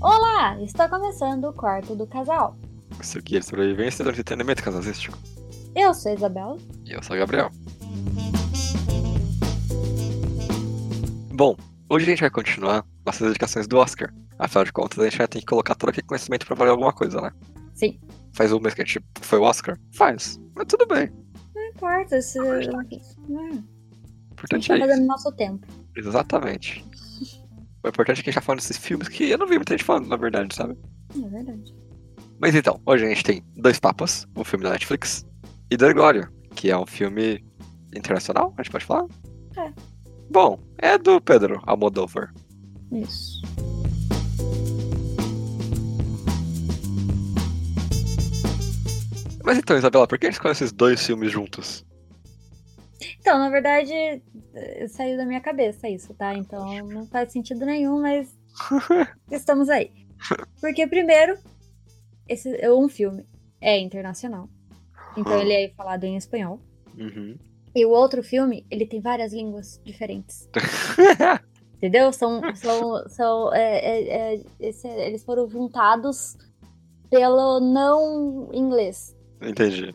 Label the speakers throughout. Speaker 1: Olá, Ah, está começando o quarto do casal.
Speaker 2: Seu guia de é sobrevivência e do entretenimento casalístico.
Speaker 1: Eu sou a Isabela.
Speaker 2: E eu sou o Gabriel. Bom, hoje a gente vai continuar nossas dedicações do Oscar. Afinal de contas, a gente vai ter que colocar todo aquele conhecimento pra valer alguma coisa, né?
Speaker 1: Sim.
Speaker 2: Faz um mês que a gente foi o Oscar? Faz. Mas tudo bem.
Speaker 1: Não importa se. Hum,
Speaker 2: O
Speaker 1: a gente
Speaker 2: importante
Speaker 1: tá
Speaker 2: é isso.
Speaker 1: fazendo nosso tempo.
Speaker 2: Exatamente. O importante é que a gente tá falando desses filmes que eu não vi muita gente falando, na verdade, sabe?
Speaker 1: É verdade.
Speaker 2: Mas então, hoje a gente tem Dois Papas, um filme da Netflix, e Dorglória, que é um filme internacional, a gente pode falar?
Speaker 1: É.
Speaker 2: Bom, é do Pedro Almodóvar.
Speaker 1: Isso.
Speaker 2: Mas então, Isabela, por que a gente escolheu esses dois filmes juntos?
Speaker 1: Então, na verdade, eh, saiu da minha cabeça isso, tá? Então não faz sentido nenhum, mas estamos aí. Porque, primeiro, esse é um filme é internacional. Então ele é falado em espanhol.
Speaker 2: Uhum.
Speaker 1: E o outro filme, ele tem várias línguas diferentes. Entendeu? São. são, são é, é, é, esse- eles foram juntados pelo não inglês.
Speaker 2: Entendi.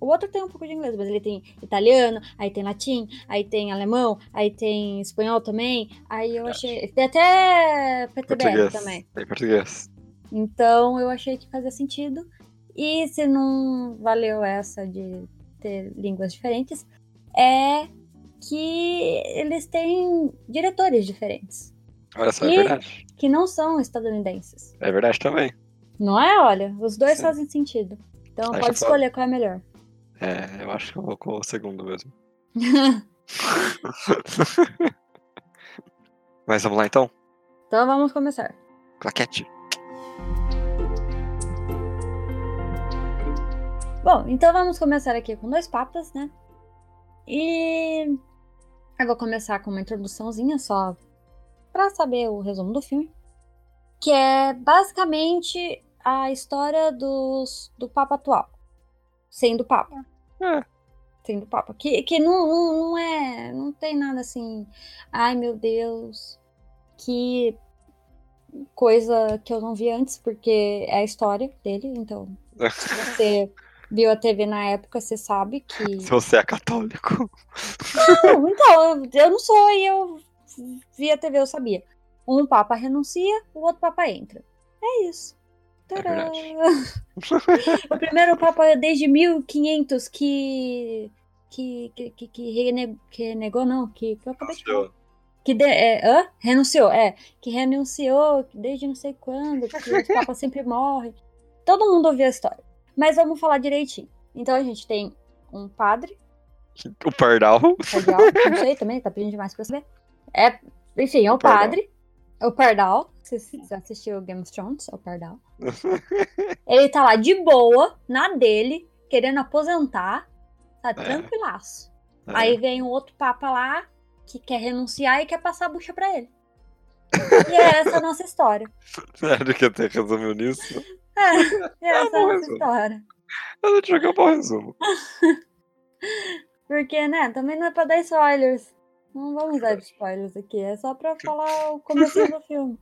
Speaker 1: O outro tem um pouco de inglês, mas ele tem italiano, aí tem latim, aí tem alemão, aí tem espanhol também. Aí eu achei. Tem até PTBR
Speaker 2: Português.
Speaker 1: também.
Speaker 2: Em português.
Speaker 1: Então eu achei que fazia sentido. E se não valeu essa de ter línguas diferentes, é que eles têm diretores diferentes,
Speaker 2: Olha só,
Speaker 1: E-
Speaker 2: é verdade.
Speaker 1: que não são estadunidenses.
Speaker 2: É verdade também.
Speaker 1: Não é? Olha, os dois
Speaker 2: Sim.
Speaker 1: fazem sentido. Então
Speaker 2: Aí
Speaker 1: pode
Speaker 2: você fala.
Speaker 1: escolher qual é melhor.
Speaker 2: É, eu acho que eu vou com o segundo mesmo. Mas vamos lá então?
Speaker 1: Então vamos começar.
Speaker 2: Claquete.
Speaker 1: Bom, então vamos começar aqui com dois papas, né? E eu vou começar com uma introduçãozinha só pra saber o resumo do filme, que é basicamente a história dos, do papa atual, sendo papa.
Speaker 2: É.
Speaker 1: Sendo papa, que, que não, não, não é, não tem nada assim, ai meu Deus, que coisa que eu não vi antes, porque é a história dele, então se você viu a TV na época, você sabe que.
Speaker 2: Se você é católico.
Speaker 1: Não, então, eu- eu não sou e eu vi a TV, eu sabia. Um papa renuncia, o outro papa entra. É isso.
Speaker 2: É
Speaker 1: Tcharam!
Speaker 2: verdade.
Speaker 1: o primeiro papa é desde 1500 que. que, que, que, que rene- que renegou, não, que, que eu acabei de falar. Que de- é, hã? Renunciou, é. Que renunciou desde não sei quando, que os papas sempre morrem. Todo mundo ouviu a história. Mas vamos falar direitinho. Então a gente tem um padre,
Speaker 2: é O Pardal.
Speaker 1: cardeal, não sei também, tá pedindo demais pra eu saber. É, enfim, é o
Speaker 2: O pardal.
Speaker 1: padre, é o pardal. Você já assistiu Game of Thrones, é o pardal. Ele tá lá de boa, na dele, querendo aposentar, tá tranquilaço. Aí
Speaker 2: É.
Speaker 1: vem um outro papa lá que quer renunciar e quer passar a bucha pra ele. E é essa a nossa história.
Speaker 2: Sério que até resumiu nisso?
Speaker 1: É, é essa a
Speaker 2: Tá bom
Speaker 1: nossa
Speaker 2: resumo.
Speaker 1: história.
Speaker 2: Eu não tinha que é um bom resumo.
Speaker 1: Porque, né, também não é pra dar spoilers. Não vamos dar spoilers aqui, é só pra falar o começo do filme.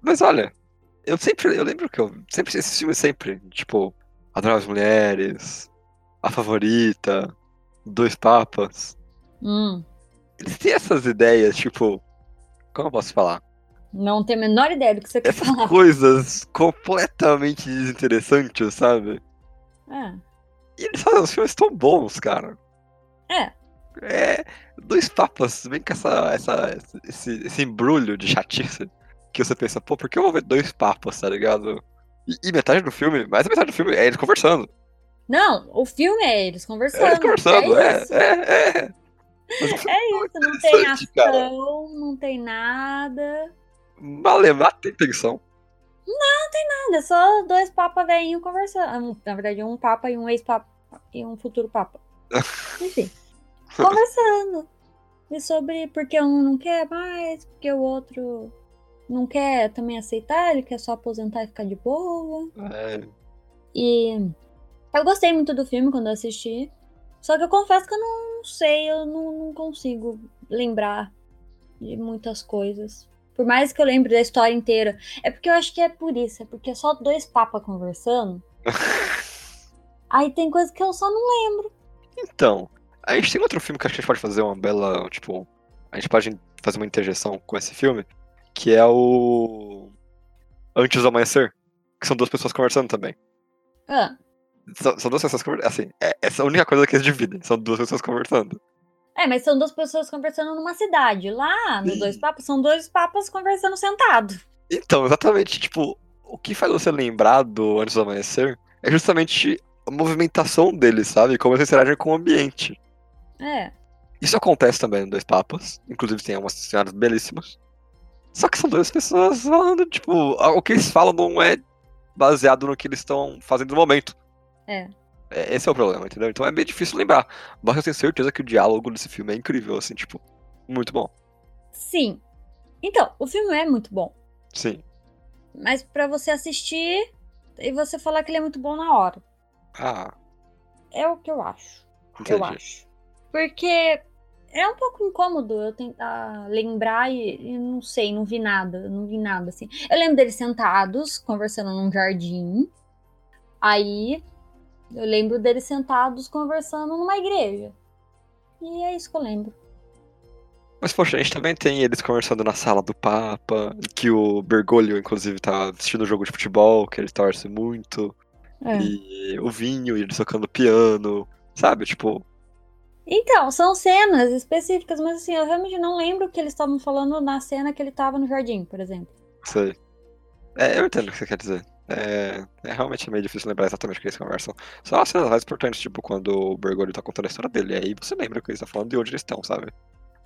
Speaker 2: Mas olha, eu sempre. Eu lembro que eu. Sempre, esses filmes sempre. Tipo, Adoráveis Mulheres, A Favorita, Dois Papas.
Speaker 1: Hum.
Speaker 2: Eles têm essas ideias, tipo. Como eu posso falar?
Speaker 1: Não tenho a menor ideia do que você quer
Speaker 2: Essas
Speaker 1: falar.
Speaker 2: coisas completamente desinteressantes, sabe?
Speaker 1: Ah,
Speaker 2: E eles fazem os filmes tão bons, cara.
Speaker 1: É.
Speaker 2: É. Dois papas, vem com essa, essa, esse, esse embrulho de chatice que você pensa, pô, por que eu vou ver dois papas, tá ligado? E, e metade do filme, mais a metade do filme é eles conversando.
Speaker 1: Não, o filme é eles
Speaker 2: É
Speaker 1: conversando.
Speaker 2: eles conversando, é,
Speaker 1: isso,
Speaker 2: é, é. Mas o filme
Speaker 1: é isso, não tem ação,
Speaker 2: interessante, cara.
Speaker 1: não tem nada.
Speaker 2: Malemar tem tensão.
Speaker 1: Nada, é só dois papas velhinhos conversando. Ah, um- Na verdade, um papa e um ex-papa e um futuro papa. Enfim, conversando. E sobre porque um não quer mais, porque o outro não quer também aceitar, ele quer só aposentar e ficar de boa.
Speaker 2: É.
Speaker 1: E eu gostei muito do filme quando eu assisti. Só que eu confesso que eu não sei, eu não, não consigo lembrar de muitas coisas. Por mais que eu lembre da história inteira. É porque eu acho que é por isso. É porque é só dois papas conversando. Aí tem coisa que eu só não lembro.
Speaker 2: Então, a gente tem outro filme que acho que a gente pode fazer uma bela. Tipo, a gente pode fazer uma interjeição com esse filme. Que é o. Antes do Amanhecer. Que são duas pessoas conversando também.
Speaker 1: Ah,
Speaker 2: São, são duas pessoas conversando. Assim, é, essa é a única coisa que eles dividem. São duas pessoas conversando.
Speaker 1: É, mas são duas pessoas conversando numa cidade. Lá, nos
Speaker 2: Sim.
Speaker 1: dois papas, são dois papas conversando sentado.
Speaker 2: Então, exatamente, tipo, o que faz você lembrar do Antes do Amanhecer é justamente a movimentação deles, sabe? Como eles interagem com o ambiente.
Speaker 1: É.
Speaker 2: Isso acontece também no Dois Papas, inclusive tem algumas cenários belíssimas. Só que são duas pessoas falando, tipo, o que eles falam não é baseado no que eles estão fazendo no momento.
Speaker 1: É.
Speaker 2: É, Esse é o problema, entendeu? Então é meio difícil lembrar. Mas eu tenho certeza que o diálogo desse filme é incrível, assim, tipo, muito bom.
Speaker 1: Sim. Então, o filme é muito bom.
Speaker 2: Sim.
Speaker 1: Mas pra você assistir e você falar que ele é muito bom na hora.
Speaker 2: Ah,
Speaker 1: É o que eu acho.
Speaker 2: entendi.
Speaker 1: Eu acho. Porque é um pouco incômodo eu tentar lembrar e, e não sei, não vi nada, não vi nada assim. Eu lembro deles sentados, conversando num jardim. Aí eu lembro deles sentados conversando numa igreja. E é isso que eu lembro.
Speaker 2: Mas, poxa, a gente também tem eles conversando na sala do Papa, que o Bergoglio, inclusive, tá assistindo o jogo de futebol, que ele torce muito, e o vinho, e ele tocando piano, sabe? Tipo,
Speaker 1: Então, são cenas específicas, mas assim, eu realmente não lembro o que eles estavam falando na cena que ele tava no jardim, por exemplo.
Speaker 2: não sei. É, eu entendo o que você quer dizer. É, é realmente meio difícil lembrar exatamente o que eles conversam. Só as cenas mais importantes, tipo, quando o Bergoglio tá contando a história dele, aí você lembra o que ele tá falando e onde eles estão, sabe?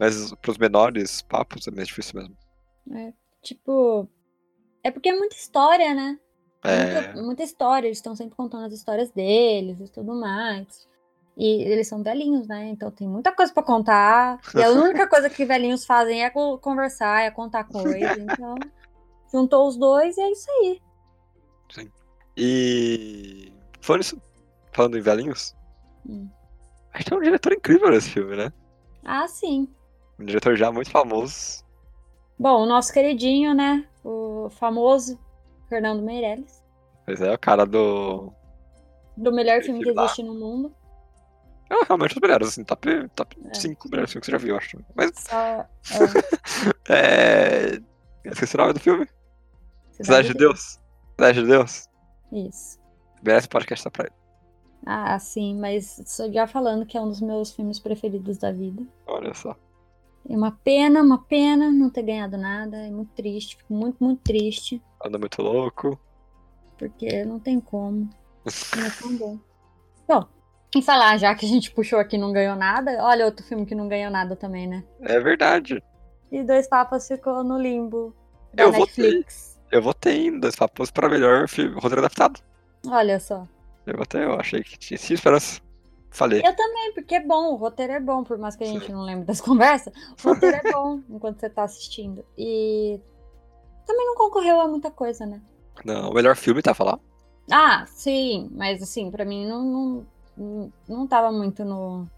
Speaker 2: Mas pros menores papos é meio difícil mesmo.
Speaker 1: Tipo, é porque é muita história, né?
Speaker 2: É,
Speaker 1: muita, muita história, eles estão sempre contando as histórias deles e tudo mais. E eles são velhinhos, né? Então tem muita coisa pra contar. E a única coisa que velhinhos fazem é co- conversar, é contar coisa. Então, juntou os dois e é isso aí.
Speaker 2: e... Falando isso, falando em velhinhos,
Speaker 1: Hum.
Speaker 2: A gente tem um diretor incrível nesse filme, né?
Speaker 1: Ah, sim.
Speaker 2: Um diretor já muito famoso.
Speaker 1: Bom, o nosso queridinho, né? O famoso Fernando Meirelles.
Speaker 2: Pois é, o cara do.
Speaker 1: Do melhor filme que
Speaker 2: Esse lá.
Speaker 1: existe no mundo.
Speaker 2: É realmente um dos melhores, assim, top 5 top cinco melhores filmes que você já viu, eu acho. Mas.
Speaker 1: Só.
Speaker 2: É. Esqueci o nome do filme?
Speaker 1: é,
Speaker 2: Cidade de Deus. Cidade de Deus.
Speaker 1: Isso.
Speaker 2: Merece podcast só pra ele.
Speaker 1: Ah, sim, mas só já falando que é um dos meus filmes preferidos da vida.
Speaker 2: Olha só.
Speaker 1: É uma pena, uma pena não ter ganhado nada. É muito triste, fico muito, muito triste.
Speaker 2: Anda muito louco.
Speaker 1: Porque não tem como. Não é tão bom. Bom, e falar, já que a gente puxou aqui e não ganhou nada, olha outro filme que não ganhou nada também, né?
Speaker 2: É verdade.
Speaker 1: E Dois Papas ficou no limbo da
Speaker 2: Eu
Speaker 1: Netflix.
Speaker 2: Eu votei em dois papos pra melhor filme, roteiro adaptado.
Speaker 1: Olha só.
Speaker 2: Eu votei, eu achei que tinha tinha esperança. Falei.
Speaker 1: Eu também, porque é bom, o roteiro é bom, por mais que a gente não lembre das conversas, o roteiro é bom enquanto você tá assistindo. E também não concorreu a muita coisa, né?
Speaker 2: Não, o melhor filme tá falar.
Speaker 1: Ah, sim, mas assim, pra mim não, não, não, não tava muito no,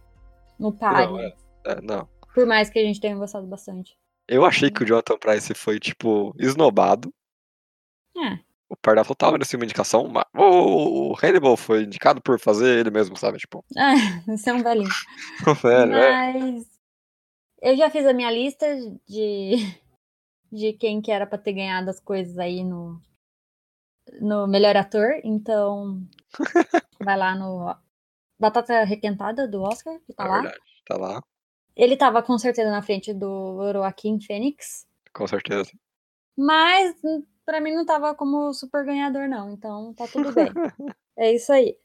Speaker 1: no páreo.
Speaker 2: Não, é. É, não.
Speaker 1: Por mais que a gente tenha gostado bastante.
Speaker 2: Eu achei que o Jonathan Price foi, tipo, esnobado.
Speaker 1: É.
Speaker 2: O Pardal tava nesse uma indicação, mas o, o Hannibal foi indicado por fazer ele mesmo, sabe? Tipo,
Speaker 1: Ah, isso é um velhinho.
Speaker 2: velho, é.
Speaker 1: mas eu já fiz a minha lista de, de quem que era pra ter ganhado as coisas aí no, no melhor ator, então vai lá no Batata Requentada do Oscar, que tá
Speaker 2: é
Speaker 1: lá.
Speaker 2: verdade. Tá lá,
Speaker 1: Ele tava com certeza na frente do Joaquim Fênix.
Speaker 2: com certeza.
Speaker 1: Mas hum, pra mim não tava como super ganhador, não. Então tá tudo bem. é isso aí.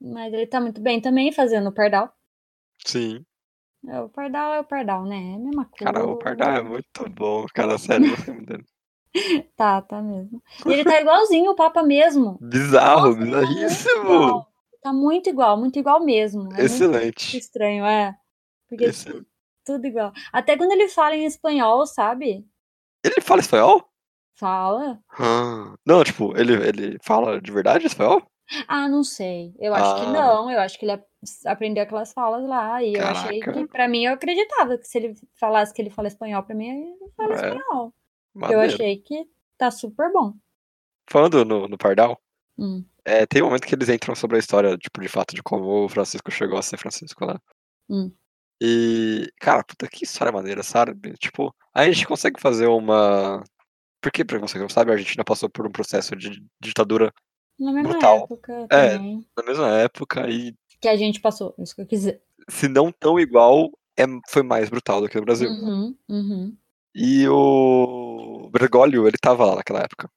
Speaker 1: Mas ele tá muito bem também fazendo o Pardal.
Speaker 2: Sim.
Speaker 1: É, O Pardal é o Pardal, né? É a mesma coisa.
Speaker 2: Cara, o Pardal é muito bom, cara, sério, eu gostei muito dele.
Speaker 1: Tá, tá mesmo. E ele tá igualzinho o Papa mesmo.
Speaker 2: Bizarro,
Speaker 1: Nossa, ele tá muito
Speaker 2: bizarríssimo.
Speaker 1: igual. Tá muito igual, muito igual mesmo. É muito
Speaker 2: Excelente.
Speaker 1: estranho, é. Porque
Speaker 2: Esse-
Speaker 1: tu- é tudo igual. Até quando ele fala em espanhol, sabe?
Speaker 2: Ele fala espanhol?
Speaker 1: Fala.
Speaker 2: Ah. Não, tipo, ele, ele fala de verdade espanhol?
Speaker 1: Ah, não sei. Eu acho que
Speaker 2: Ah.
Speaker 1: não. Eu acho que ele ap- aprendeu aquelas falas lá. E eu achei
Speaker 2: Caraca.
Speaker 1: que, pra mim, eu acreditava que se ele falasse que ele fala espanhol, pra mim, ele fala
Speaker 2: É.
Speaker 1: espanhol. Eu
Speaker 2: Maneiro.
Speaker 1: achei que tá super bom.
Speaker 2: Falando no, no Pardal,
Speaker 1: Hum.
Speaker 2: é, tem um momento que eles entram sobre a história, tipo, de fato, de como o Francisco chegou a ser Francisco lá.
Speaker 1: Hum.
Speaker 2: E, cara, puta, que história maneira, sabe? Tipo, a gente consegue fazer uma. Porque, pra você que não sabe, a Argentina passou por um processo de ditadura
Speaker 1: Na mesma
Speaker 2: Brutal.
Speaker 1: época
Speaker 2: É.
Speaker 1: também
Speaker 2: na mesma época e,
Speaker 1: que a gente passou, isso que eu quis dizer.
Speaker 2: se não tão igual, é, foi mais brutal do que no Brasil.
Speaker 1: Uhum, uhum.
Speaker 2: E o Bergoglio, ele tava lá naquela época.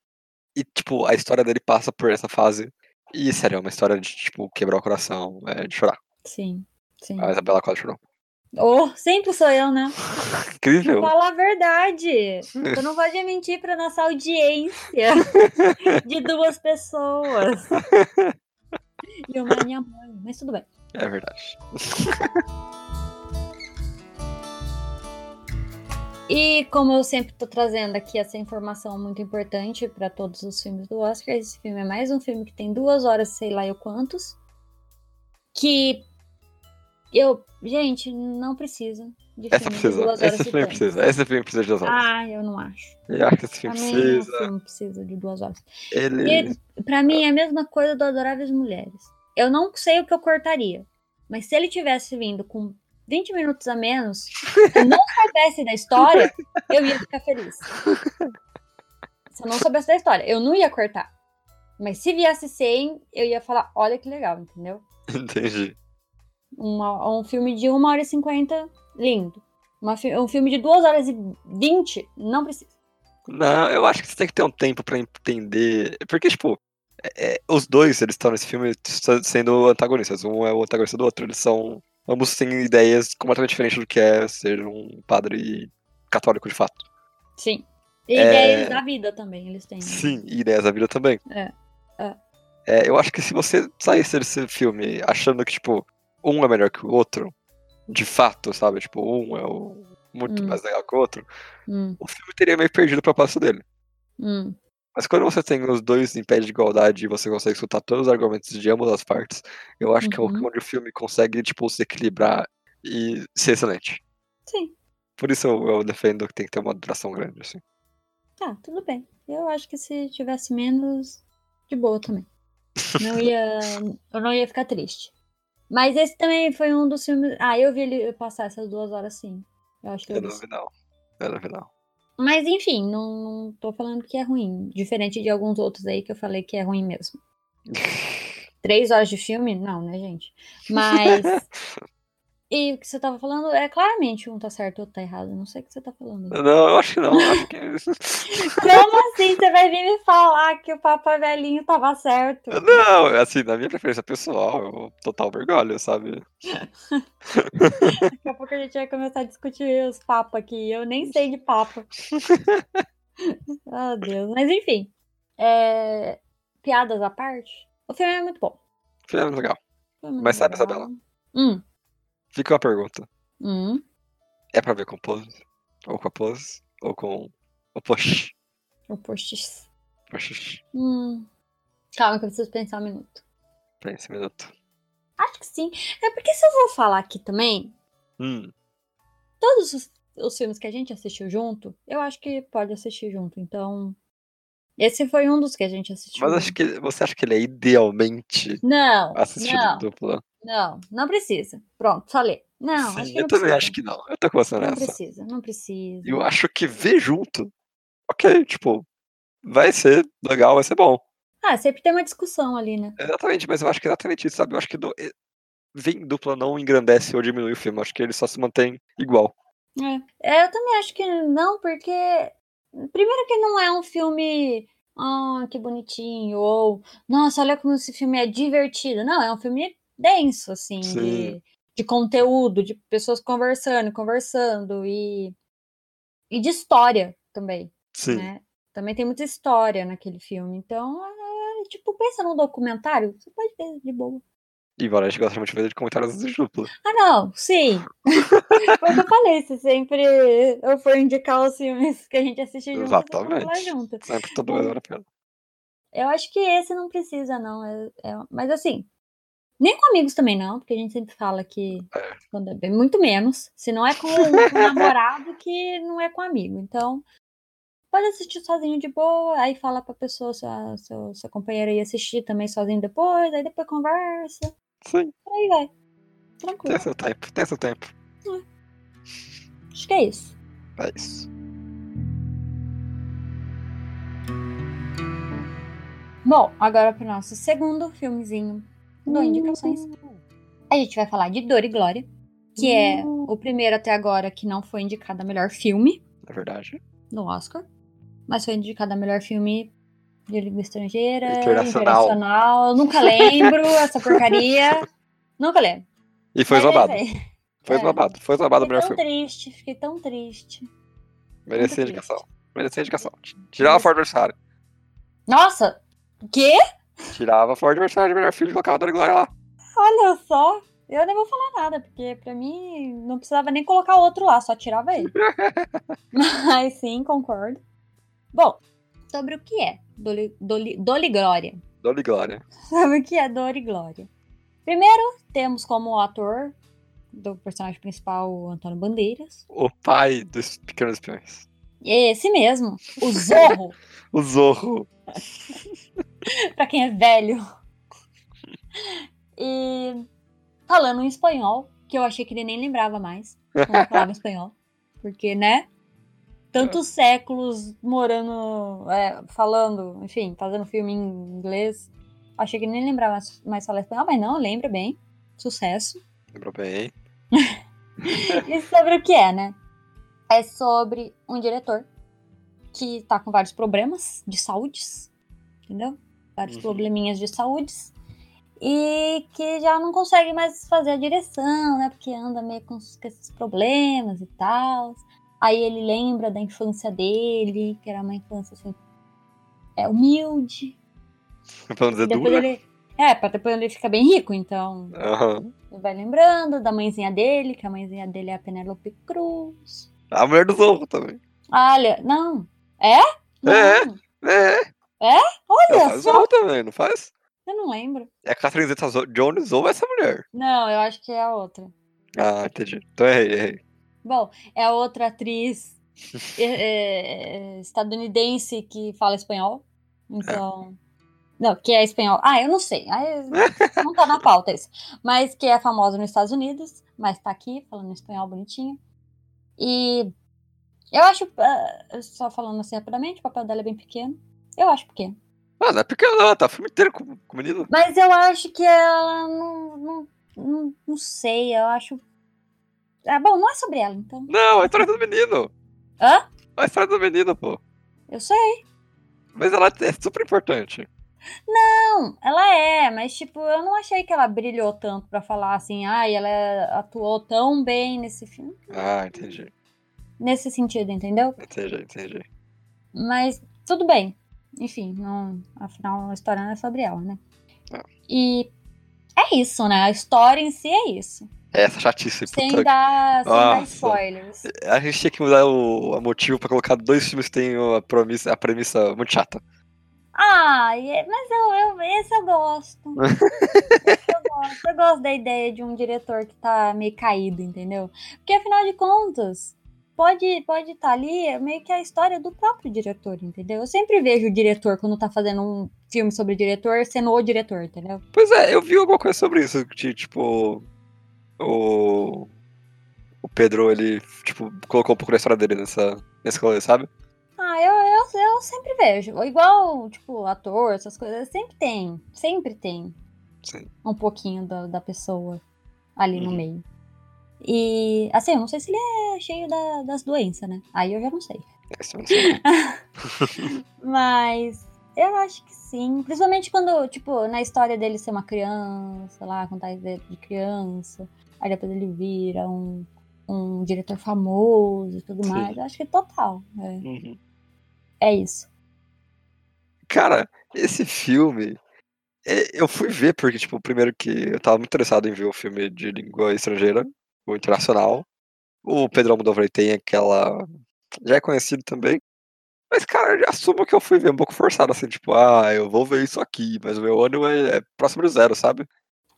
Speaker 2: E, tipo, a história dele passa por essa fase. E, sério, é uma história de, tipo, quebrar o coração, é, de chorar.
Speaker 1: Sim, sim.
Speaker 2: A Isabela quase chorou.
Speaker 1: Oh, sempre sou eu, né?
Speaker 2: Incrível.
Speaker 1: Fala a verdade. Tu não pode mentir pra nossa audiência de duas pessoas. E uma é minha mãe, mas tudo bem.
Speaker 2: É verdade.
Speaker 1: E como eu sempre tô trazendo aqui essa informação muito importante pra todos os filmes do Oscar, esse filme é mais um filme que tem duas horas, sei lá eu quantos. Que eu, gente, não preciso de
Speaker 2: Essa
Speaker 1: filme de
Speaker 2: É precisa.
Speaker 1: duas horas
Speaker 2: Esse
Speaker 1: e
Speaker 2: filme é
Speaker 1: tanto.
Speaker 2: precisa. Esse filme precisa de duas horas.
Speaker 1: Ah, eu não acho.
Speaker 2: Eu acho que esse
Speaker 1: Pra
Speaker 2: filme
Speaker 1: mim,
Speaker 2: precisa.
Speaker 1: o filme precisa de duas horas.
Speaker 2: Ele.
Speaker 1: Pra mim é a mesma coisa do Adoráveis Mulheres. Eu não sei o que eu cortaria, mas se ele tivesse vindo com 20 minutos a menos, se eu não soubesse da história, eu ia ficar feliz. Se eu não soubesse da história, eu não ia cortar. Mas se viesse sem, eu ia falar, olha que legal, entendeu?
Speaker 2: Entendi.
Speaker 1: Uma- um filme de 1 hora e 50, lindo. Uma fi- um filme de 2 horas e 20, não precisa.
Speaker 2: Não, eu acho que você tem que ter um tempo pra entender. Porque, tipo, é- é, os dois, eles estão nesse filme s- sendo antagonistas. Um é o antagonista do outro. Eles são. Ambos têm ideias completamente diferentes do que é ser um padre católico de fato.
Speaker 1: Sim. E
Speaker 2: É.
Speaker 1: ideias da vida também, eles têm. né?
Speaker 2: Sim, e ideias da vida também.
Speaker 1: É, é.
Speaker 2: É, eu acho que se você saísse desse filme achando que, tipo, um é melhor que o outro, de fato, sabe? Tipo, um é o muito
Speaker 1: Hum.
Speaker 2: mais legal que o outro,
Speaker 1: Hum,
Speaker 2: o filme teria meio perdido o propósito dele.
Speaker 1: hum.
Speaker 2: Mas quando você tem os dois em pé de igualdade e você consegue escutar todos os argumentos de ambas as partes, eu acho que é
Speaker 1: Uhum.
Speaker 2: o- onde o filme consegue, tipo, se equilibrar e ser excelente.
Speaker 1: Sim.
Speaker 2: Por isso eu, eu defendo que tem que ter uma duração grande, assim.
Speaker 1: Tá, tudo bem. Eu acho que se tivesse menos, de boa também. Não ia, eu não ia ficar triste. Mas esse também foi um dos filmes. Ah, eu vi ele passar essas duas horas sim. Eu acho que
Speaker 2: É
Speaker 1: eu vi.
Speaker 2: no
Speaker 1: sim.
Speaker 2: final. É no final.
Speaker 1: Mas enfim, não, não tô falando que é ruim. Diferente de alguns outros aí que eu falei que é ruim mesmo. Três horas de filme? Não, né, gente? Mas. E o que você tava falando é claramente um tá certo e outro tá errado. Eu Não sei o que você tá falando.
Speaker 2: Não, eu acho que não. Eu acho que.
Speaker 1: Como assim você vai vir me falar que o Papa Velhinho tava certo?
Speaker 2: Não, assim, na minha preferência pessoal, eu total vergonha, sabe?
Speaker 1: Daqui a pouco a gente vai começar a discutir os papos aqui. Eu nem sei de papo. Ah, Deus. Mas enfim. é, Piadas à parte. O filme é muito bom.
Speaker 2: Filme é legal.
Speaker 1: O filme é
Speaker 2: Mas
Speaker 1: muito
Speaker 2: sabe,
Speaker 1: legal. Hum,
Speaker 2: Fica uma pergunta.
Speaker 1: hum.
Speaker 2: É pra ver com pose? Ou com a pose? Ou com o push?
Speaker 1: O um post.
Speaker 2: Push.
Speaker 1: Hum. Calma que eu preciso pensar um minuto.
Speaker 2: Pera aí, esse um minuto.
Speaker 1: Acho que sim. É porque se eu vou falar aqui também,
Speaker 2: Hum,
Speaker 1: todos os, os filmes que a gente assistiu junto, eu acho que pode assistir junto. Então, esse foi um dos que a gente assistiu.
Speaker 2: mas acho que você acha que ele é idealmente
Speaker 1: Não,
Speaker 2: assistido
Speaker 1: não.
Speaker 2: em dupla?
Speaker 1: Não, não precisa. Pronto, falei. Não, acho
Speaker 2: Sim,
Speaker 1: que
Speaker 2: eu
Speaker 1: não
Speaker 2: também
Speaker 1: precisa.
Speaker 2: acho que não. Eu tô com você
Speaker 1: não
Speaker 2: nessa.
Speaker 1: precisa, não precisa.
Speaker 2: Eu acho que ver junto, ok, tipo, vai ser legal, vai ser bom.
Speaker 1: Ah, sempre tem uma discussão ali, né?
Speaker 2: Exatamente, mas eu acho que é exatamente isso, sabe? Eu acho que não- eh, ver em dupla não engrandece ou diminui o filme. Eu acho que ele só se mantém igual.
Speaker 1: É. É, eu também acho que não, porque primeiro que não é um filme, ah, que bonitinho, ou nossa, olha como esse filme é divertido. Não, é um filme denso, assim, de,
Speaker 2: Sim.
Speaker 1: de conteúdo, de pessoas conversando, conversando e e de história também.
Speaker 2: Sim.
Speaker 1: né? Também tem muita história naquele filme. Então, é, tipo, pensa num documentário, você pode ver de boa.
Speaker 2: E bora, a gente gosta muito de fazer de comentários de dupla.
Speaker 1: Ah, não, sim. Mas eu falei, se sempre eu for indicar os filmes que a gente assiste junto, eu vou falar
Speaker 2: Exatamente.
Speaker 1: junto.
Speaker 2: Sempre né? todo mundo vale a pena.
Speaker 1: Eu acho que esse não precisa, não. é- é- mas assim, nem com amigos também não, porque a gente sempre fala que
Speaker 2: É.
Speaker 1: quando é bem- um, muito menos. Se não é com, com namorado, que não é com amigo. Então, pode assistir sozinho de boa, aí fala pra pessoa, sua, sua, sua companheira ir assistir também sozinho depois, aí depois conversa.
Speaker 2: Sim,
Speaker 1: Aí vai. Tranquilo.
Speaker 2: tem seu tempo, tem seu tempo.
Speaker 1: Acho que é isso.
Speaker 2: É isso.
Speaker 1: Bom, agora pro nosso segundo filmezinho
Speaker 2: Uhum.
Speaker 1: do Indicações. A gente vai falar de Dor e Glória, que é o primeiro até agora que não foi indicado a melhor filme
Speaker 2: Na É verdade.
Speaker 1: no Oscar, mas foi indicado a melhor filme de língua estrangeira,
Speaker 2: Internacional.
Speaker 1: internacional. Nunca lembro essa porcaria. Nunca lembro.
Speaker 2: E foi
Speaker 1: Mas é isso
Speaker 2: esnobado.
Speaker 1: aí.
Speaker 2: Foi
Speaker 1: É. Então
Speaker 2: esnobado. Foi esnobado o
Speaker 1: Fiquei
Speaker 2: melhor
Speaker 1: tão
Speaker 2: filme.
Speaker 1: triste, fiquei tão triste.
Speaker 2: Merecia a
Speaker 1: triste.
Speaker 2: indicação. Merecia a indicação. Tirava Ford Versário.
Speaker 1: Nossa! Quê?
Speaker 2: Tirava Ford Versário de melhor filme e colocava a Dona Glória lá.
Speaker 1: Olha só! Eu nem vou falar nada, porque pra mim não precisava nem colocar outro lá, só tirava ele. Mas sim, concordo. Bom, sobre o que é Doli, Doli, Doli Glória.
Speaker 2: Dona Glória.
Speaker 1: Sobre o que é Dor e Glória. Primeiro, temos como ator do personagem principal, o Antônio Bandeiras.
Speaker 2: O pai dos Pequenos Espiões.
Speaker 1: Esse mesmo, o Zorro.
Speaker 2: O Zorro.
Speaker 1: pra quem é velho. E falando em espanhol, que eu achei que ele nem lembrava mais. Não falava espanhol. Porque, né? Tantos séculos morando, é, falando, enfim, fazendo filme em inglês. Achei que ele nem lembrava mais, mais falar espanhol, mas não, lembra bem. Sucesso.
Speaker 2: Lembrou bem.
Speaker 1: E sobre o que é, né? É sobre um diretor que tá com vários problemas de saúdes, entendeu? Vários
Speaker 2: Uhum.
Speaker 1: probleminhas de saúdes. E que já não consegue mais fazer a direção, né? Porque anda meio com os- com esses problemas e tal. Aí ele lembra da infância dele, que era uma infância assim, é humilde.
Speaker 2: Pra não dizer
Speaker 1: Depois
Speaker 2: Tá dura.
Speaker 1: ele, é, pra depois ele fica bem rico, então
Speaker 2: Aham.
Speaker 1: ele vai lembrando da mãezinha dele, que a mãezinha dele é a Penélope Cruz.
Speaker 2: A mulher do Zorro também.
Speaker 1: Olha, não. É? Não.
Speaker 2: É. É. Ela
Speaker 1: Olha
Speaker 2: faz
Speaker 1: só,
Speaker 2: Zorro também, não faz?
Speaker 1: eu não lembro.
Speaker 2: É a Catherine Zeta-Jones ou é essa mulher.
Speaker 1: Não, eu acho que é a outra.
Speaker 2: Ah, entendi. Então errei, errei.
Speaker 1: Bom, é a outra atriz é, é, é, estadunidense que fala espanhol. Então. Não, que é espanhol. Ah, eu não sei. Ah, eu- não tá na pauta isso. Mas que é famosa nos Estados Unidos, mas tá aqui falando espanhol bonitinho. E eu acho, ah, só falando assim rapidamente, o papel dela é bem pequeno. Eu acho pequeno.
Speaker 2: Ah, não é pequeno não, tá o filme inteiro com, com o menino.
Speaker 1: Mas eu acho que ela não, não, não, não sei, eu acho. Ah, bom, não é sobre ela, então.
Speaker 2: Não, a história do menino.
Speaker 1: Hã?
Speaker 2: A história do menino, pô.
Speaker 1: Eu sei.
Speaker 2: Mas ela é super importante.
Speaker 1: Não, ela é, mas tipo, eu não achei que ela brilhou tanto pra falar assim, ai, ela atuou tão bem nesse filme.
Speaker 2: Ah, entendi.
Speaker 1: Nesse sentido, entendeu?
Speaker 2: Entendi, entendi.
Speaker 1: Mas tudo bem. Enfim, não, afinal a história não é sobre ela, né?
Speaker 2: É.
Speaker 1: E é isso, né? A história em si é isso.
Speaker 2: É, essa chatice,
Speaker 1: Sem
Speaker 2: puta.
Speaker 1: dar, sem dar
Speaker 2: Nossa.
Speaker 1: spoilers.
Speaker 2: A gente tinha que mudar o, o motivo pra colocar dois filmes que tem a premissa, a premissa muito chata.
Speaker 1: Ah, e- mas eu, eu- esse eu gosto. Esse eu gosto. Eu gosto da ideia de um diretor que tá meio caído, entendeu? Porque afinal de contas, pode pode estar ali meio que a história do próprio diretor, entendeu? Eu sempre vejo o diretor quando tá fazendo um filme sobre diretor sendo o diretor, entendeu?
Speaker 2: Pois é, eu vi alguma coisa sobre isso, que, tipo, o, o Pedro, ele, tipo, colocou um pouco da história dele nessa, nesse rolê, sabe?
Speaker 1: Ah, eu, eu, eu sempre vejo. Igual, tipo, ator, essas coisas, sempre tem. Sempre tem.
Speaker 2: Sim.
Speaker 1: um pouquinho da, da pessoa ali no
Speaker 2: Uhum.
Speaker 1: meio. E, assim, eu não sei se ele é cheio da- das doenças, né? Aí eu já não sei.
Speaker 2: Esse eu não sei.
Speaker 1: Mas eu acho que sim. Principalmente quando, tipo, na história dele ser uma criança, lá, contar de, de criança. Aí depois ele vira um, um diretor famoso e tudo
Speaker 2: Sim.
Speaker 1: mais. Eu acho que é total. É,
Speaker 2: Uhum.
Speaker 1: é isso.
Speaker 2: Cara, esse filme. é, Eu fui ver porque, tipo, primeiro que eu tava muito interessado em ver o filme de língua estrangeira, o internacional. O Pedro Almodóvar ele tem aquela. Já é conhecido também. Mas, cara, eu assumo que eu fui ver um pouco forçado, assim, tipo, ah, eu vou ver isso aqui, mas o meu ano é, é próximo do zero, sabe?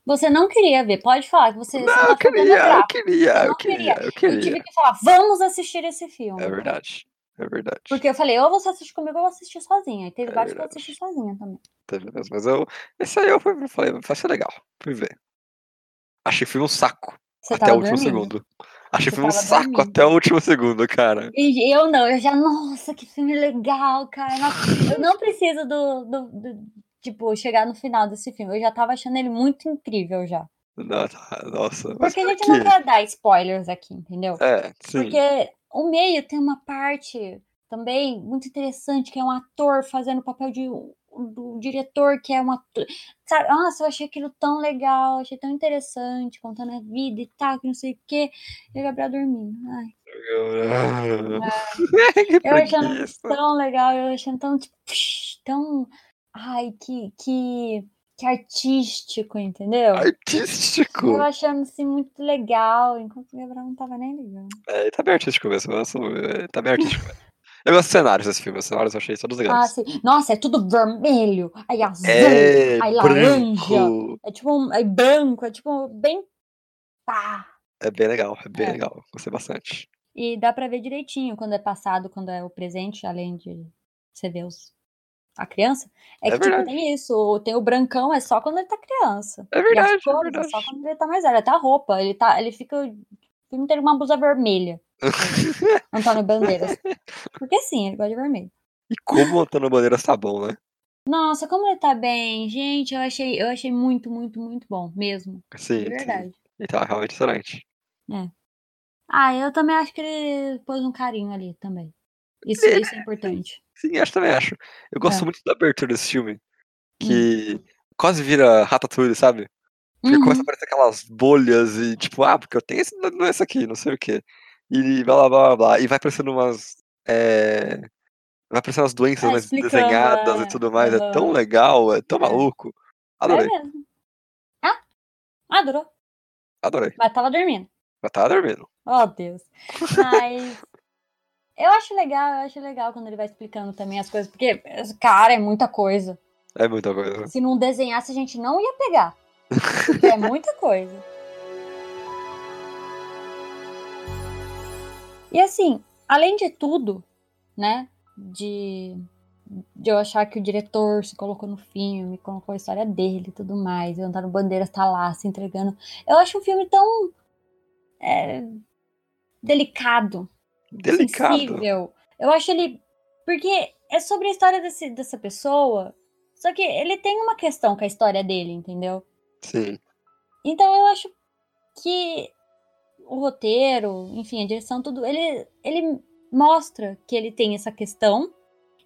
Speaker 1: Você não queria ver, pode falar que você, você
Speaker 2: Não, eu
Speaker 1: tá fazendo
Speaker 2: queria, eu
Speaker 1: gráfico.
Speaker 2: queria,
Speaker 1: Eu
Speaker 2: eu
Speaker 1: não
Speaker 2: queria, eu
Speaker 1: Eu
Speaker 2: queria.
Speaker 1: tive que falar, vamos assistir esse filme.
Speaker 2: É verdade. É verdade.
Speaker 1: Porque eu falei, ou você assiste comigo ou eu assisti sozinha. E teve
Speaker 2: É
Speaker 1: vários que eu
Speaker 2: verdade.
Speaker 1: assisti sozinha também.
Speaker 2: Teve tá mesmo. Mas eu. Esse aí eu fui- eu falei, vai ser legal. Fui ver. Achei o filme um saco.
Speaker 1: Você
Speaker 2: até
Speaker 1: tava
Speaker 2: o último
Speaker 1: dormindo.
Speaker 2: segundo. Achei
Speaker 1: Você
Speaker 2: o filme um
Speaker 1: tava
Speaker 2: saco
Speaker 1: dormindo.
Speaker 2: até o último segundo, cara.
Speaker 1: E eu não, eu já, nossa, que filme legal, cara. Nossa, Eu não preciso do, do- do- tipo, chegar no final desse filme. Eu já tava achando ele muito incrível já.
Speaker 2: Nossa. nossa. Mas
Speaker 1: Porque a
Speaker 2: por
Speaker 1: gente não
Speaker 2: quê?
Speaker 1: quer dar spoilers aqui, entendeu?
Speaker 2: É, sim.
Speaker 1: Porque o meio tem uma parte também muito interessante, que é um ator fazendo o papel de um- do diretor, que é um ator. Sabe? Nossa, eu achei aquilo tão legal, achei tão interessante, contando a vida e tal, que não sei o quê. E o Gabriel dormindo. Ai, Ah,
Speaker 2: que
Speaker 1: eu achando
Speaker 2: preguiça.
Speaker 1: tão legal, eu achando tão, tipo, psh, tão. Ai, que, que, que artístico, entendeu?
Speaker 2: Artístico.
Speaker 1: Eu achando assim muito legal, enquanto o Gabriel não tava nem ligando.
Speaker 2: É, tá bem artístico mesmo. eu assumo, é, Tá bem artístico mesmo. Eu gosto dos cenários desse filme. Os cenários eu achei todos
Speaker 1: Ah,
Speaker 2: legais.
Speaker 1: sim. Nossa, é tudo vermelho, aí azul,
Speaker 2: é,
Speaker 1: aí laranja.
Speaker 2: branco.
Speaker 1: É tipo um, aí branco, é tipo bem pá.
Speaker 2: É bem legal, é bem
Speaker 1: É.
Speaker 2: legal. Gostei bastante.
Speaker 1: E dá pra ver direitinho quando é passado, quando é o presente, além de você ver os a criança. É
Speaker 2: É
Speaker 1: que tipo,
Speaker 2: verdade.
Speaker 1: tem isso, o- tem o brancão é só quando ele tá criança.
Speaker 2: É
Speaker 1: E as
Speaker 2: verdade, é
Speaker 1: cores
Speaker 2: verdade.
Speaker 1: só quando ele tá mais velho, até a roupa, ele tá, ele fica o filme tem uma blusa vermelha. Antônio Bandeiras. Porque sim, ele gosta de vermelho.
Speaker 2: E como o Antônio Bandeiras tá bom, né?
Speaker 1: Nossa, como ele tá bem, gente. Eu achei, eu achei muito, muito, muito bom mesmo.
Speaker 2: Sim,
Speaker 1: De
Speaker 2: sim.
Speaker 1: verdade.
Speaker 2: Ele tá realmente excelente.
Speaker 1: Ah, eu também acho que ele pôs um carinho ali também. Isso,
Speaker 2: É,
Speaker 1: isso é importante.
Speaker 2: Sim, acho também acho. Eu gosto
Speaker 1: É. Hum.
Speaker 2: muito da abertura desse filme. Que quase vira Ratatouille, sabe? Porque começa a
Speaker 1: Uhum.
Speaker 2: aparecer aquelas bolhas e tipo, ah, porque eu tenho esse doença aqui, não sei o quê. E blá blá blá blá, blá. E vai aparecendo umas. é, Vai aparecendo umas doenças
Speaker 1: É,
Speaker 2: mais
Speaker 1: explicando,
Speaker 2: desenhadas
Speaker 1: é,
Speaker 2: e tudo mais. É tão
Speaker 1: aham.
Speaker 2: legal, é tão
Speaker 1: É.
Speaker 2: maluco.
Speaker 1: É
Speaker 2: Adorei,
Speaker 1: mesmo. Ah, adorou.
Speaker 2: adorei.
Speaker 1: Mas tava dormindo.
Speaker 2: Mas tava dormindo.
Speaker 1: Oh, Deus. Mas eu acho legal, eu acho legal quando ele vai explicando também as coisas. Porque, cara, é muita coisa.
Speaker 2: É muita coisa.
Speaker 1: Se não desenhasse, a gente não ia pegar. Porque é muita coisa. E assim, além de tudo, né? De, de eu achar que o diretor se colocou no filme, colocou a história dele e tudo mais, e o Antônio Bandeiras tá lá se entregando. Eu acho um filme tão. é, delicado,
Speaker 2: Delicado.
Speaker 1: sensível. Eu acho ele. Porque é sobre a história desse, dessa pessoa. Só que ele tem uma questão com a história dele, entendeu?
Speaker 2: Sim.
Speaker 1: Então eu acho que o roteiro, enfim, a direção, tudo, ele, ele mostra que ele tem essa questão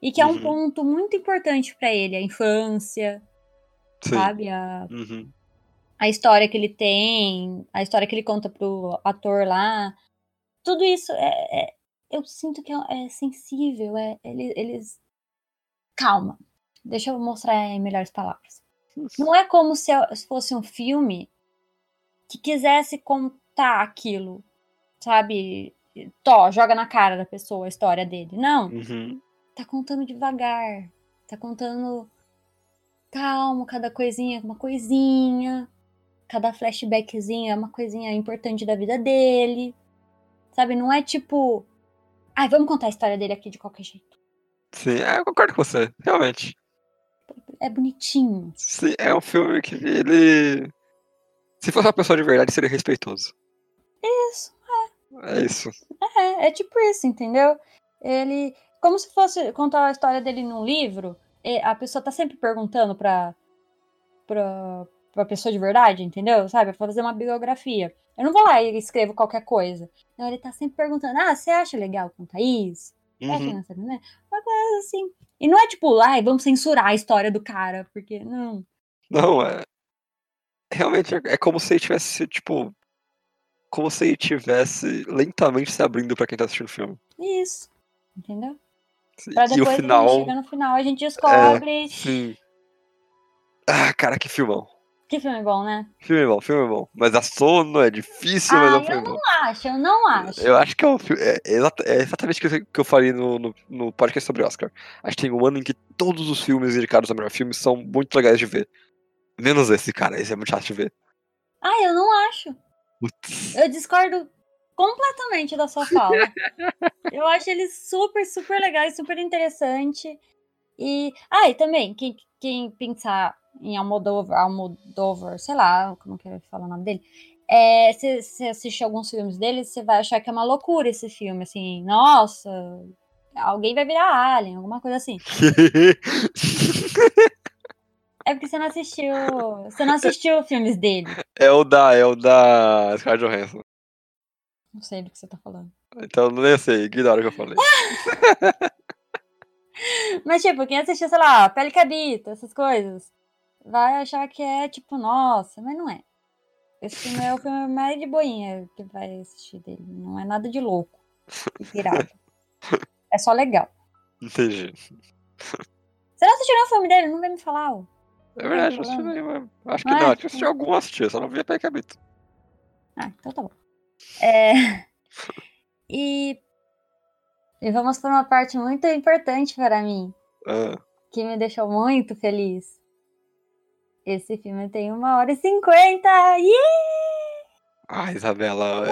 Speaker 1: e que é um
Speaker 2: Uhum.
Speaker 1: ponto muito importante pra ele, a infância,
Speaker 2: Sim.
Speaker 1: sabe? A,
Speaker 2: Uhum.
Speaker 1: a história que ele tem, a história que ele conta pro ator lá. Tudo isso é, é- eu sinto que é, é sensível, é, ele- eles. Calma. Deixa eu mostrar em melhores palavras. Não é como se eu- se fosse um filme que quisesse contar aquilo, sabe? Tó, joga na cara da pessoa a história dele. Não,
Speaker 2: Uhum.
Speaker 1: tá contando devagar. Tá contando calmo, cada coisinha é uma coisinha. Cada flashbackzinho é uma coisinha importante da vida dele. Sabe? Não é tipo. Ai, vamos contar a história dele aqui de qualquer jeito.
Speaker 2: Sim, é, eu concordo com você, realmente.
Speaker 1: É bonitinho.
Speaker 2: Sim, é um filme que ele. Se fosse uma pessoa de verdade, seria respeitoso.
Speaker 1: Isso.
Speaker 2: É isso.
Speaker 1: É, é tipo isso, entendeu? Ele. Como se fosse contar a história dele num livro, e a pessoa tá sempre perguntando pra, pra, pra pessoa de verdade, entendeu? Sabe? Pra fazer uma biografia. Eu não vou lá e escrevo qualquer coisa. Não, ele tá sempre perguntando: ah, você acha legal contar isso? Você acha
Speaker 2: Uhum.
Speaker 1: não sei o quê, né? Uma coisa assim. E não é tipo, ai, vamos censurar a história do cara, porque. Não.
Speaker 2: Não, é. Realmente é é como se ele tivesse, tipo. Como se ele tivesse lentamente se abrindo pra quem tá assistindo o filme.
Speaker 1: Isso. Entendeu?
Speaker 2: Sim,
Speaker 1: Pra
Speaker 2: E o
Speaker 1: depois a gente
Speaker 2: final. É,
Speaker 1: chega no final, a gente descobre.
Speaker 2: Sim. Ah, cara, que filmão.
Speaker 1: Que filme bom, né?
Speaker 2: Filme bom, filme bom. Mas dá sono, é difícil, mas é um
Speaker 1: Ah,
Speaker 2: filme bom.
Speaker 1: Acho, eu não acho.
Speaker 2: Eu acho que é, um filme, é, é exata- é exatamente o que eu- que eu falei no, no, no podcast sobre Oscar. Acho que tem um ano em que todos os filmes indicados a melhor filme são muito legais de ver. Menos esse, cara. Esse é muito chato de ver.
Speaker 1: Ah, eu não acho.
Speaker 2: Putz.
Speaker 1: Eu discordo completamente da sua fala. Eu acho ele super, super legal, super interessante. E. Ah, e também, quem, quem pensar em Almodóvar, Almodóvar, sei lá, como que eu falo o nome dele. É, se você assistir alguns filmes dele, você vai achar que é uma loucura esse filme, assim, nossa, alguém vai virar alien, alguma coisa assim. é porque você não assistiu. Você não assistiu filmes dele.
Speaker 2: É o da. É o da. Scarlett Johansson.
Speaker 1: Não sei do que você tá falando.
Speaker 2: Então nem sei, ignora o que eu falei.
Speaker 1: Mas, tipo, quem assistiu, sei lá, Pele que Habita, essas coisas, vai achar que é, tipo, nossa, mas não é. Esse filme é o filme mais de boinha que vai assistir dele. Não é nada de louco e pirata. É só legal.
Speaker 2: Entendi.
Speaker 1: Você não assistiu o filme dele? Não vai me falar. Ó.
Speaker 2: É verdade, não assisti nenhum. Acho que
Speaker 1: Ah,
Speaker 2: não,
Speaker 1: é?
Speaker 2: acho que assisti algum, assisti, só não vi a Pele que é Habita.
Speaker 1: Ah, então tá bom. É, E... e vamos para uma parte muito importante para mim,
Speaker 2: Ah,
Speaker 1: que me deixou muito feliz. Esse filme tem uma hora e cinquenta! Yeah!
Speaker 2: Ah, Isabela,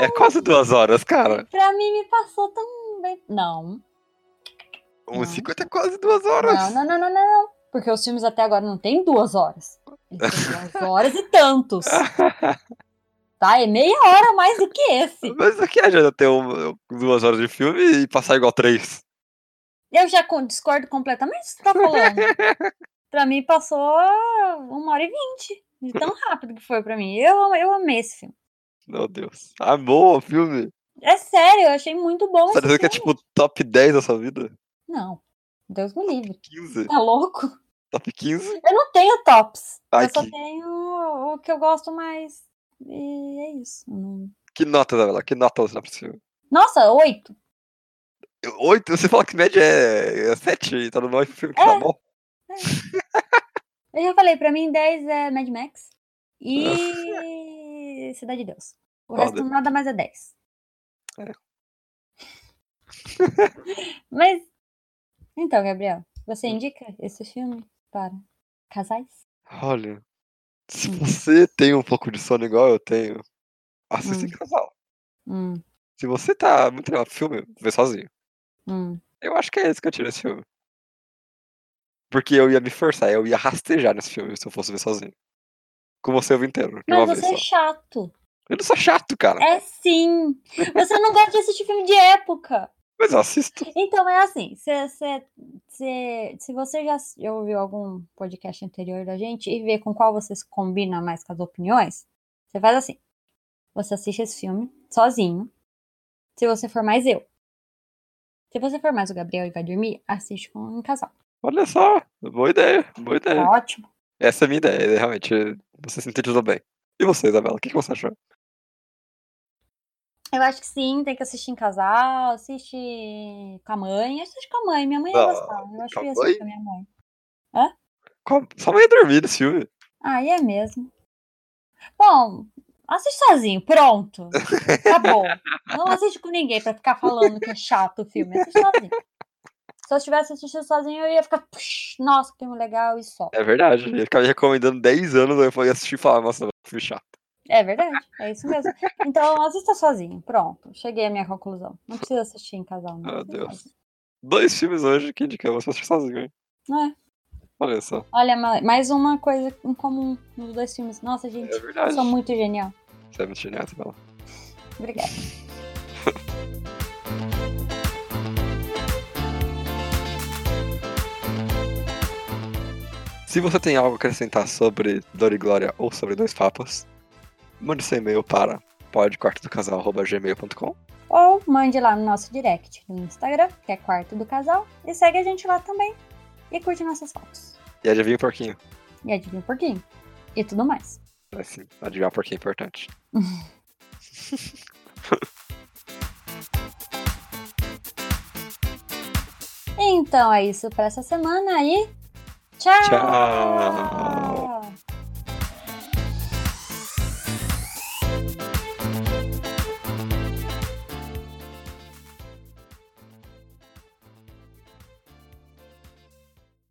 Speaker 2: é, é quase duas horas, cara.
Speaker 1: Pra mim me passou tão bem. Não,
Speaker 2: 1,50 é quase duas horas.
Speaker 1: não, não, não, não, não. Porque os filmes até agora não tem duas horas. Eles têm duas horas e tantos. Tá? É meia hora a mais do que esse.
Speaker 2: Mas o que adianta ter um- duas horas de filme e passar igual três?
Speaker 1: Eu já con- discordo completamente do que você tá falando. pra mim, passou uma hora e vinte. De tão rápido que foi pra mim. Eu, eu amei esse filme.
Speaker 2: Meu Deus. Amor, o filme.
Speaker 1: É sério, eu achei muito bom
Speaker 2: Tá
Speaker 1: esse
Speaker 2: dizendo
Speaker 1: filme.
Speaker 2: que é tipo top 10 da sua vida?
Speaker 1: Não, Deus me livre.
Speaker 2: 15?
Speaker 1: Tá louco?
Speaker 2: Top 15?
Speaker 1: Eu não tenho tops.
Speaker 2: Ai,
Speaker 1: eu é. só
Speaker 2: que-
Speaker 1: tenho o que eu gosto mais. E é isso. Não-
Speaker 2: Que nota, Isabela? Que nota você dá pra esse filme?
Speaker 1: Nossa, oito.
Speaker 2: Eu- Oito? Você fala que média é, é sete e tá no nove filme que tá
Speaker 1: É.
Speaker 2: bom?
Speaker 1: Eu já falei, pra mim 10 é Mad Max e Cidade de Deus. O
Speaker 2: Olha.
Speaker 1: resto nada mais é 10.
Speaker 2: É.
Speaker 1: Mas, então, Gabriel,
Speaker 2: Hum.
Speaker 1: você indica esse filme para casais?
Speaker 2: Olha, se
Speaker 1: Hum.
Speaker 2: você tem um pouco de sono igual eu tenho, assista
Speaker 1: Hum.
Speaker 2: em casal.
Speaker 1: Hum,
Speaker 2: Se você tá muito legal pro filme, vê sozinho.
Speaker 1: hum.
Speaker 2: Eu acho que é isso que eu tiro desse filme. Porque eu ia me forçar, eu ia rastejar nesse filme se eu fosse ver sozinho. Com você eu vi inteiro, de uma
Speaker 1: Mas
Speaker 2: vez
Speaker 1: você é
Speaker 2: só.
Speaker 1: chato.
Speaker 2: Eu não sou chato, cara.
Speaker 1: É sim. Você não gosta de assistir filme de época.
Speaker 2: Mas eu assisto.
Speaker 1: Então, é assim, cê, cê- cê- se você já s- já ouviu algum podcast anterior da gente e ver com qual você se combina mais com as opiniões, você faz assim. Você assiste esse filme sozinho, se você for mais eu. Se você for mais o Gabriel e vai dormir, assiste com um casal.
Speaker 2: Olha só, boa ideia, boa
Speaker 1: Tá
Speaker 2: ideia.
Speaker 1: ótimo.
Speaker 2: Essa é a minha ideia, né, realmente. Você sintetizou bem. E você, Isabela, o que, que você achou?
Speaker 1: Eu acho que sim, tem que assistir em casal, assiste com a mãe. Assiste com a mãe, minha mãe ia
Speaker 2: Não,
Speaker 1: gostar. Eu acho que
Speaker 2: com a
Speaker 1: eu ia assistir com a minha mãe.
Speaker 2: Qual- Sua mãe ia dormir nesse filme.
Speaker 1: Ah, e é mesmo. Bom, assiste sozinho, pronto. Acabou. Não assiste com ninguém pra ficar falando que é chato o filme. Assiste sozinho. Se eu tivesse assistido sozinho, eu ia ficar. "Puxa, Nossa, que filme legal e só.
Speaker 2: É verdade. Ele ficava me recomendando 10 anos, eu fui assistir e falar, nossa, filme chato.
Speaker 1: É verdade, é isso mesmo. Então, assista sozinho, pronto. Cheguei à minha conclusão. Não precisa assistir em casal, não.
Speaker 2: Meu
Speaker 1: Assiste
Speaker 2: Deus.
Speaker 1: sozinho.
Speaker 2: Dois filmes hoje que indicamos pra assistir sozinho, hein?
Speaker 1: É.
Speaker 2: Olha só.
Speaker 1: Olha, ma- mais uma coisa em comum nos dois filmes. Nossa, gente,
Speaker 2: É verdade.
Speaker 1: sou muito genial.
Speaker 2: Você é muito genial, Isabela.
Speaker 1: Obrigada.
Speaker 2: Se você tem algo a acrescentar sobre Dor e Glória ou sobre Dois Papas, mande seu e-mail para podquartodocasal.gmail.com
Speaker 1: Ou mande lá no nosso direct no Instagram, que é Quarto do Casal, e segue a gente lá também. E curte nossas fotos.
Speaker 2: e adivinha o porquinho.
Speaker 1: E adivinha um pouquinho. E tudo mais.
Speaker 2: Mas sim, adivinhar o porquinho é importante.
Speaker 1: Então é isso para essa semana e tchau!
Speaker 2: Tchau!